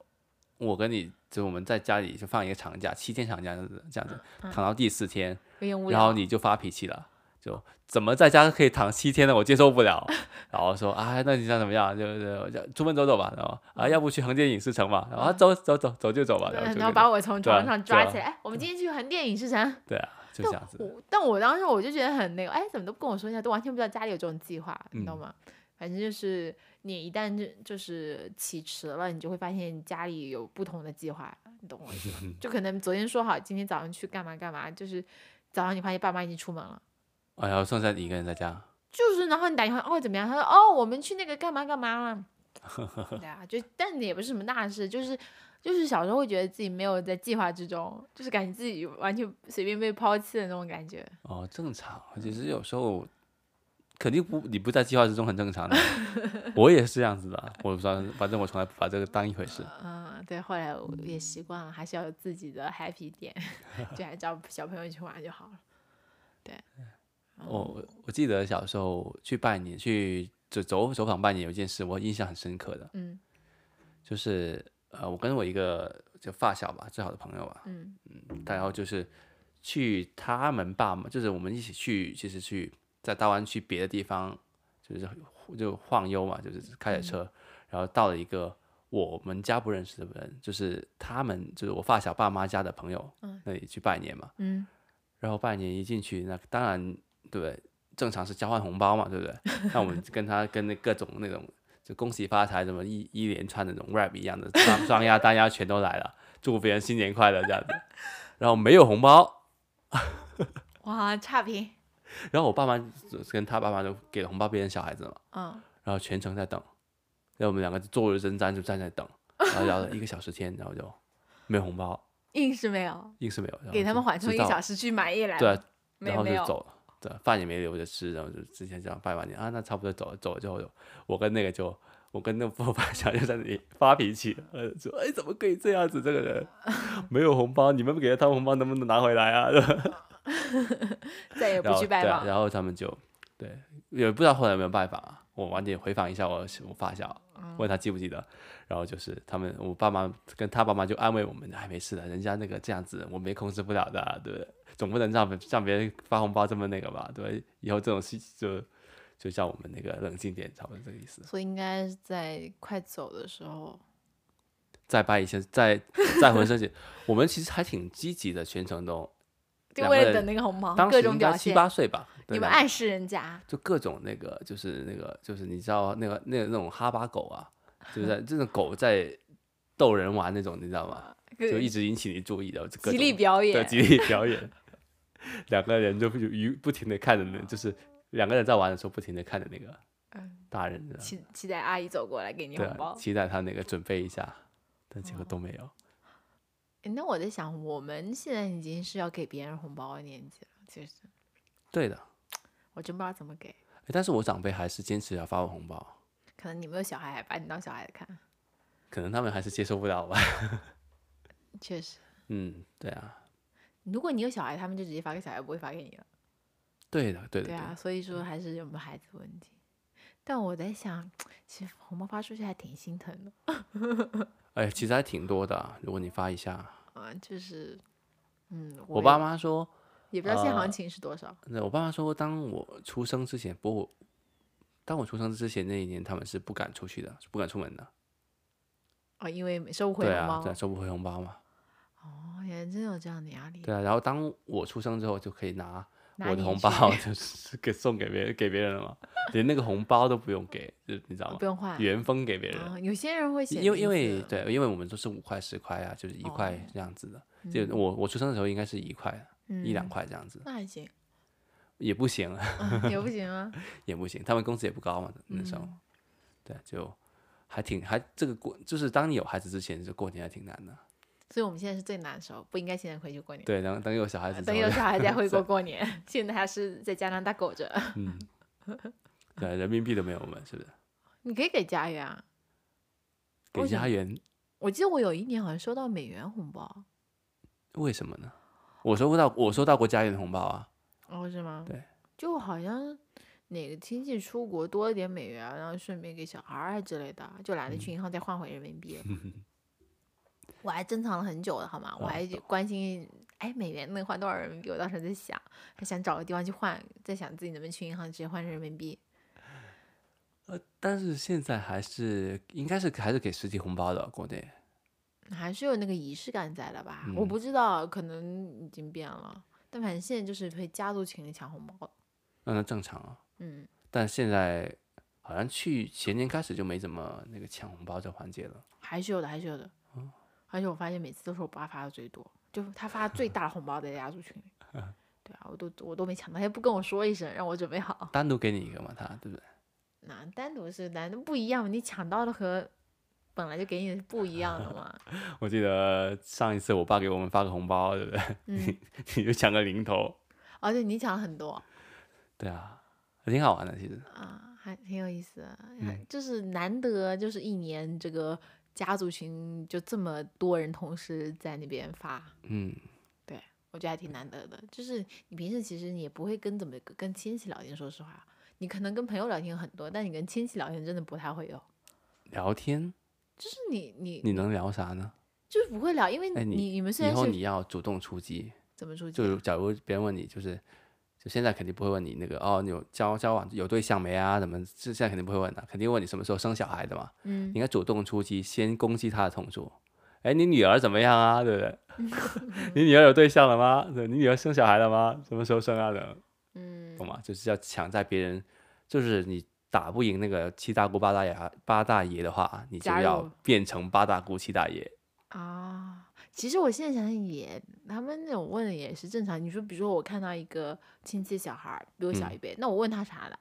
A: 我跟你，就我们在家里就放一个长假，七天长假这样子，这样子，
B: 嗯
A: 躺到第四天，
B: 有点无
A: 然后
B: 聊。
A: 你就发脾气了，就怎么在家可以躺七天呢？我接受不 了。然后说，哎，那你想怎么样？就就就出门走走吧，然后啊，要不去横店影视城嘛？然后、啊、走走走走就走吧，然后
B: 嗯对
A: 就
B: 然后
A: 这
B: 把
A: 样
B: 我从
A: 对
B: 床
A: 啊
B: 上
A: 对
B: 抓
A: 啊
B: 起来，哎，我们今天去横店影视城。
A: 对啊，就
B: 但
A: 这样子。
B: 我但我当时我就觉得很那个，哎，怎么都不跟我说一下，都完全不知道家里有这种计划，你懂
A: 嗯
B: 吗？反正就是你一旦就就是起迟了，你就会发现家里有不同的计划，你懂我意 思吗？就可能昨天说好今天早上去干嘛干嘛，就是早上你发现爸妈已经出门了。
A: 哎呀，剩下你一个人在家，
B: 就是，然后你打电话哦，怎么样？他说哦，我们去那个干嘛干 嘛了。对啊，就但也不是什么大事，就是就是小时候会觉得自己没有在计划之中，就是感觉自己完全随便被抛弃的那种感觉。
A: 哦，正常。其实有时候肯定不，你不在计划之中很正常 的。我也是这样子的，我不知道，反正我从来不把这个当一回事。
B: 嗯，对，后来我也习惯了，还是要有自己的 happy 点， 就还找小朋友一起玩就好了。嗯
A: 我我记得小时候去拜年，去走走走访拜年，有一件事我印象很深刻的，
B: 嗯
A: 就是呃，我跟我一个就发小吧，最好的朋友吧，
B: 嗯
A: 然后就是去他们爸妈，就是我们一起去，其实去在大湾区别的地方，就是就晃悠嘛，就是开着
B: 嗯
A: 车，然后到了一个我们家不认识的人，就是他们就是我发小爸妈家的朋友
B: 嗯
A: 那里去拜年嘛，
B: 嗯
A: 然后拜年一进去，那当然对不对？正常是交换红包嘛，对不对？ 那我们跟他跟那各种那种就恭喜发财什么一一连串的那种 rap 一样的双双压单压全都来了，祝别人新年快乐这样子。然后没有红包，
B: 哇，差评，
A: 然后我爸妈跟他爸妈都给了红包，别人小孩子嘛，
B: 嗯
A: 然后全程在等，然后我们两个就坐如针毡就站在等，然后聊了一个小时天，然后就没有红包，
B: 硬是没有，
A: 硬是没有，然后
B: 给他们
A: 就
B: 缓冲
A: 直
B: 一
A: 到
B: 个小时去买夜来，
A: 对啊，
B: 没
A: 然后
B: 没
A: 就
B: 有
A: 走了，对，饭也没留着吃，然后就之前这样拜完年啊，那差不多走了，走了之后，我跟那个就，我跟那我爸小就在那里发脾气，呃，说哎怎么可以这样子，这个 人没有红包，你们给了他们红包能不能拿回来啊？
B: 再也
A: 然
B: 不
A: 后
B: 去拜
A: 对啊
B: 访。
A: 然后他们就对，也不知道后来有没有拜访啊。我晚点回访一下我我发小，
B: 嗯
A: 问他记不记得。然后就是他们，我爸妈跟他爸妈就安慰我们，哎，没事的，人家那个这样子，我们也控制不了的啊，对不对？总不能让别让别人发红包这么那个吧，对吧？以后这种事就就叫我们那个冷静点，差不多这个意思。
B: 所以应该是在快走的时候，
A: 再拜一些， 再再浑身解。我们其实还挺积极的，全程都
B: 就
A: 两
B: 为
A: 个
B: 了等
A: 人
B: 那个红包，
A: 当
B: 哦各
A: 时
B: 种
A: 应该
B: 表
A: 七
B: 现，
A: 八岁吧。对
B: 你们
A: 两个
B: 暗示人家，
A: 就各种那个，就是那个，就是你知道那个那那种哈巴狗啊，就是在这种狗在逗人玩那种，你知道吗？
B: 各
A: 就一直引起你注意的，各
B: 极力
A: 种
B: 表
A: 对
B: 演，
A: 极力表演。 两个人就不于不停的看着那，就是两个人在玩的时候，不停的看着那个
B: 嗯
A: 大人，你知道吗
B: 期期待阿姨走过来给你
A: 对
B: 红
A: 啊，
B: 包。哦
A: 期待他那个准备一下，但结果都没有。
B: 诶那我在想，我们现在已经是要给别人红包的年纪了，其实
A: 对的，
B: 我真不知道怎么给，
A: 诶但是我长辈还是坚持要发我红包，
B: 可能你没有小孩，还把你当小孩子看，
A: 可能他们还是接受不了吧。
B: 确实。
A: 嗯，对啊，
B: 如果你有小孩，他们就直接发给小孩，不会发给你了。
A: 对的，对的，嗯
B: 对
A: 的
B: 啊，所以说还是有没有孩子问题。但我在想，其实红包发出去还挺心疼的，
A: 哎，其实还挺多的啊，如果你发一下。
B: 啊，就是，嗯，
A: 我
B: 也
A: 爸妈说，
B: 也不知道现在行
A: 呃
B: 情是多少，
A: 那我爸妈说，当我出生之前，不过，当我出生之前那一年，他们是不敢出去的，是不敢出门的。
B: 哦，因为收不回
A: 对
B: 红
A: 啊，
B: 包，
A: 对啊，收不回红包嘛。
B: 哦，原来真有这样的压力，
A: 对啊，然后当我出生之后，就可以拿
B: 嗯拿
A: 我
B: 你
A: 的红
B: 去
A: 包， 就是给送给别人，给别人了嘛，连那个红包都不用给，就你知道 吗
B: 哦不？用换，
A: 原封给别人。
B: 啊，有些人会写，
A: 因为因为，对，因为我们都是五块十块啊，就是一
B: 哦
A: 块这样子的。就我我出生的时候应该是一块一两
B: 嗯
A: 块这样子，
B: 那还行，
A: 也不啊行，
B: 嗯，也不行啊，
A: 也不行，他们工资也不高嘛，那时候，对，就还挺还这个过，就是当你有孩子之前，这过年还挺难的。
B: 所以我们现在是最难受，不应该现在回去过年，
A: 对，等等有小孩子之
B: 等
A: 后
B: 有，小孩再回国过年，现在还是在加拿大苟着，
A: 嗯，对，人民币都没有我们，是不是？
B: 你可以给家园啊，
A: 给
B: 为什
A: 家
B: 么
A: 园
B: 我记得我有一年好像收到美元红包，
A: 为什么呢？我收不到，我收到过家园的红包啊，
B: 哦，是吗？
A: 对，
B: 就好像哪个亲戚出国多了点美元，然后顺便给小孩儿啊之类的，就懒得去
A: 嗯
B: 银行再换回人 民币了。我还珍藏了很久的，好吗？我
A: 啊
B: 还就关心，哎，美元能换多少人民币？我当时在想，还想找个地方去换，在想自己能不能去银行直接换人民币。
A: 但是现在还是应该是还是给实体红包的，国内
B: 还是有那个仪式感在的吧？我不知道，可能已经变了，但反正现在就是会家族群里抢红包。
A: 那那正常啊。
B: 嗯，
A: 但现在好像去前年开始就没怎么那个抢红包这环节了。
B: 还是有的，还是有的。而且我发现每次都是我爸发的最多，就是他发最大的红包在家族群里。对啊，我都我都没抢到，他也不跟我说一声，让我准备好。
A: 单独给你一个嘛，他对不对？
B: 那单独是单独不一样，你抢到的和本来就给你的是不一样的嘛。
A: 我记得上一次我爸给我们发个红包，对不 对？
B: 嗯，
A: 你就抢个零头。
B: 而且你抢了很多，
A: 对啊，挺好玩的，其实。
B: 啊，还挺有意思的，还
A: 嗯
B: 就是难得就是一年这个家族群就这么多人同时在那边发，
A: 嗯，
B: 对我觉得还挺难得的。就是你平时其实你也不会跟怎么跟亲戚聊天，说实话，你可能跟朋友聊天很多，但你跟亲戚聊天真的不太会有，
A: 聊天
B: 就是你你
A: 你能聊啥呢？
B: 就是不会聊，因为
A: 哎你
B: 你们虽
A: 以
B: 然
A: 后
B: 是
A: 你要主动出击，
B: 怎么出去
A: 就
B: 啊，
A: 如假如别人问你，就是就现在肯定不会问你那个哦，你有交交往有对象没啊？怎么这现在肯定不会问的、肯定问你什么时候生小孩的嘛。
B: 嗯
A: 你应该主动出击，先攻击他的痛处。哎，你女儿怎么样啊？对不 对？你女儿有对象了吗？对，你女儿生小孩了吗？什么时候生啊？等，
B: 嗯
A: 懂吗？就是要抢在别人，就是你打不赢那个七大姑八大爷八大爷的话，你就
B: 加
A: 要
B: 入
A: 变成八大姑七大爷。
B: 啊。其实我现在想想也，他们那种问的也是正常。你说，比如说我看到一个亲戚小孩儿比我小一辈，那我问他啥了？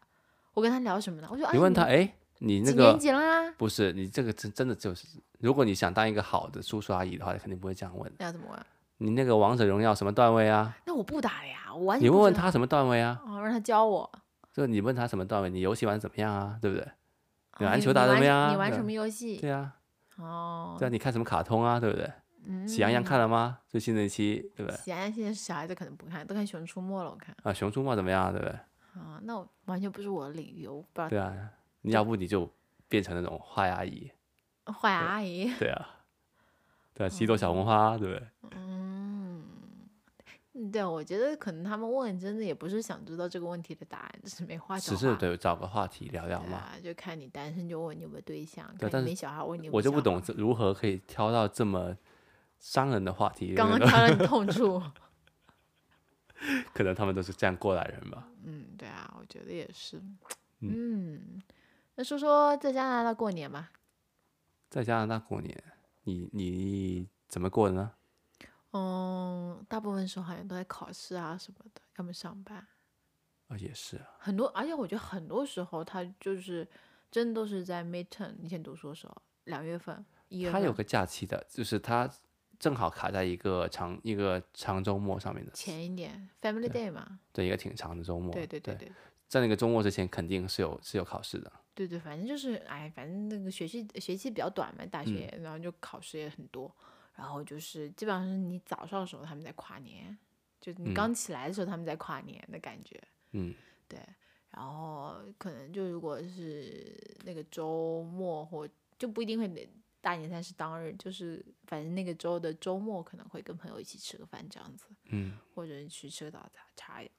B: 我跟他聊什么呢？我就
A: 嗯你问他，哎，你那
B: 啊几
A: 个
B: 年级啊啦？
A: 不是你这个真真的就是，如果你想当一个好的叔叔阿姨的话，肯定不会这样问。
B: 那要怎么问？
A: 你那个王者荣耀什么段位啊？
B: 那我不打了呀，我完全
A: 你
B: 啊不哦
A: 问问
B: 知道
A: 他什么段位啊？
B: 哦，让他教我。
A: 就你问他什么段位，你游戏玩得怎么样啊？对不对？
B: 啊
A: 你篮球打得怎
B: 玩
A: 么样啊
B: 你玩
A: 对
B: 什么游戏？
A: 对啊，
B: 哦，嗯
A: 对啊，你看什么卡通啊？对不对？喜羊羊看了吗？最新的一期，对不对？
B: 喜羊羊现在小孩子可能不看，都看《熊出没》了。我看
A: 啊，熊出没怎么样啊？对不对？
B: 啊，那我完全不是我的领域，我不知
A: 对啊，你要不你就变成那种坏阿 姨，
B: 道坏阿姨。
A: 对啊，对啊，西多小红花，对不对？
B: 嗯，嗯对，我觉得可能他们问真的也不是想知道这个问题的答案，只是没话找
A: 只
B: 话。
A: 是对找个话题聊聊
B: 对
A: 嘛。
B: 啊，就看你单身就问你有没有对象，
A: 对
B: 看
A: 但
B: 你
A: 是
B: 没小孩问你有没有
A: 我就不
B: 小
A: 懂
B: 孩。
A: 这如何可以挑到这么伤人的话题。
B: 刚 刚
A: 可能
B: 挑了痛处。
A: 可能他们都是这样过来人吧。
B: 嗯，对啊，我觉得也 是。嗯，那说说在加拿大过年吧。
A: 在加拿大过年，你你怎么过的呢？
B: 嗯，大部分时候好像都在考试啊什么的，要么上班。
A: 啊，也是啊，
B: 很多，而且我觉得很多时候他就是真的都是在 midterm 以前读书的时候，两月份、一月
A: 他有
B: 份
A: 个假期的，就是他正好卡在一个长一个长周末上面的，
B: 前一点 family day 嘛。
A: 对，一个挺长的周末。
B: 对
A: 对
B: 对对对
A: 在那个周末之前肯定是有是有考试的。
B: 对对，反正就是哎，反正那个学期学期比较短嘛，大学，然后就考试也很多，然后就是基本上是你早上的时候他们在跨年，就你刚起来的时候他们在跨年的感觉。
A: 嗯，
B: 对，然后可能就如果是那个周末或就不一定会得大年三十当日，就是反正那个周的周末可能会跟朋友一起吃个饭这样子，
A: 嗯，
B: 或者去吃个早茶茶也，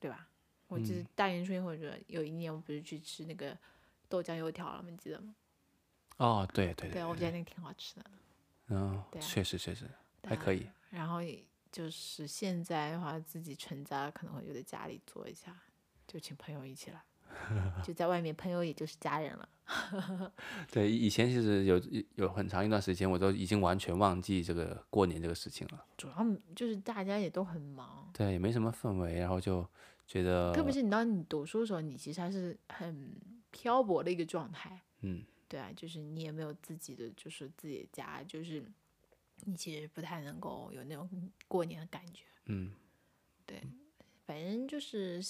B: 对吧？我记得大年初一或者有一年我不是去吃那个豆浆油条了吗？你记得吗？
A: 哦，对对
B: 对，我觉得那个挺好吃的。
A: 嗯，
B: 对啊
A: 确实确实
B: 对
A: 还
B: 啊
A: 可以。
B: 然后也就是现在的话，自己成家了，可能会就在家里做一下，就请朋友一 起来，就在外面，朋友也就是家人了。
A: 对，以前其实有有很长一段时间，我都已经完全忘记这个过年这个事情了。
B: 主要就是大家也都很忙，
A: 对，也没什么氛围，然后就觉得，
B: 特别是你当你读书的时候，你其实还是很漂泊的一个状态。
A: 嗯，
B: 对啊，就是你也没有自己的，就是自己的家，就是你其实不太能够有那种过年的感觉。
A: 嗯，
B: 反正就是，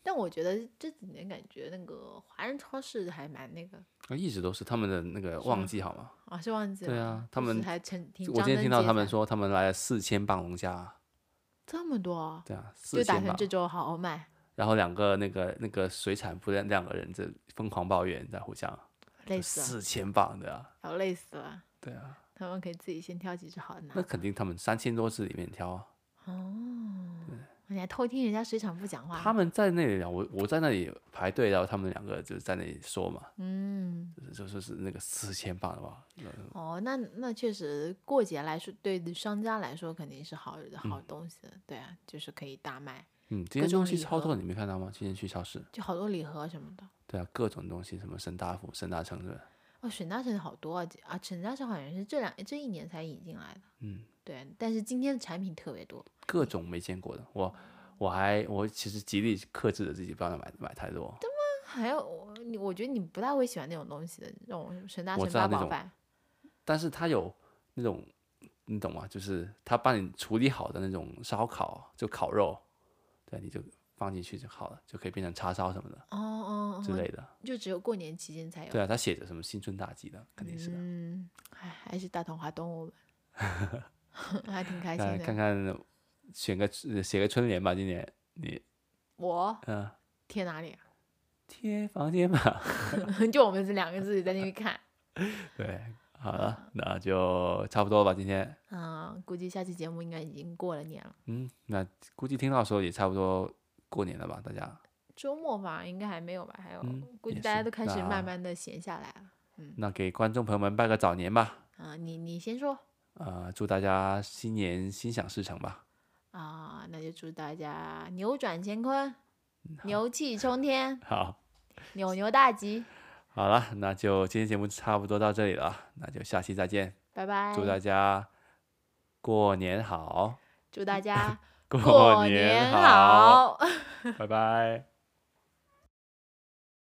B: 但我觉得这几年感觉那个华人超市还蛮那个
A: 那一直都是他们的那个旺季，好吗？
B: 啊，是忘记了。
A: 对啊他
B: 就是
A: 们
B: 还挺挺。
A: 我今天听到他们
B: 说
A: 说他们来了四千磅龙虾，
B: 这么多，
A: 对啊，四
B: 就打
A: 千
B: 算
A: 磅
B: 这，周好好卖，
A: 然后两个那个那个水产部的两个人这疯狂抱怨在互相，
B: 累死了，
A: 四千磅对啊，
B: 要累死了。
A: 对啊，
B: 他们可以自己先挑几只好的拿
A: 那。肯定他们三千多只里面挑啊，
B: 你还哦哎偷听人家水产部讲话？
A: 他们在那里聊，我我在那里排队，然后他们两个就在那里说嘛，
B: 嗯，
A: 就说是那个四千磅的呃吧，
B: 哦，那那确实，过节来说，对商家来说肯定是好好东西的，对啊，就是可以大卖，
A: 嗯，这
B: 各
A: 些
B: 种
A: 东西
B: 礼
A: 超
B: 盒
A: 多，你没看到吗？今天去超市，
B: 就好多礼盒什么的。
A: 对啊，各种东西，什么沈大福、沈大成对吧？
B: 哦，沈大成好多啊，啊，沈大成好像是这两这一年才引进来的，
A: 嗯，
B: 对，啊但是今天的产品特别多，
A: 各种没见过的，我我还我其实极力克制着自己不要买买太多。
B: 还有我你，我觉得你不太会喜欢那种东西的，那种沈大
A: 我
B: 成
A: 知道
B: 八
A: 那
B: 宝
A: 种
B: 饭，
A: 但是它有那种，你懂吗？就是它帮你处理好的那种烧烤，就烤肉，对，你就放进去就好了，就可以变成叉烧什么的
B: 哦哦，
A: 之
B: 哦
A: 类的。
B: 就只有过年期间才有。
A: 对啊，他写着什么新春大吉的，肯定是的。
B: 嗯，哎，还是大同华东 我们，还挺开心
A: 看
B: 的。
A: 看看，选个呃写个春联吧，今年你
B: 我
A: 嗯、
B: 贴哪里 啊？
A: 贴房间吧。
B: 就我们这两个自己在那边看。
A: 对，好了，那就差不多了吧，今天。
B: 嗯，估计下期节目应该已经过了年了，
A: 嗯，那估计听到的时候也差不多过年了吧，大家。
B: 周末吧，应该还没有吧？还有，
A: 嗯
B: 估计
A: 也
B: 大家
A: 是
B: 都开始
A: 那
B: 慢慢的闲下来了。
A: 那给观众朋友们拜个早年吧，
B: 啊、你你先说
A: 呃，祝大家新年心想事成吧。
B: 啊、那就祝大家扭转乾坤，
A: 嗯
B: 牛气 冲天，
A: 好，
B: 扭牛大吉，
A: 好了，那就今天节目差不多到这里了啊，那就下期再见，
B: 拜拜！
A: 祝大家过年好，
B: 祝大家
A: 过
B: 过
A: 年
B: 年好。
A: 拜拜。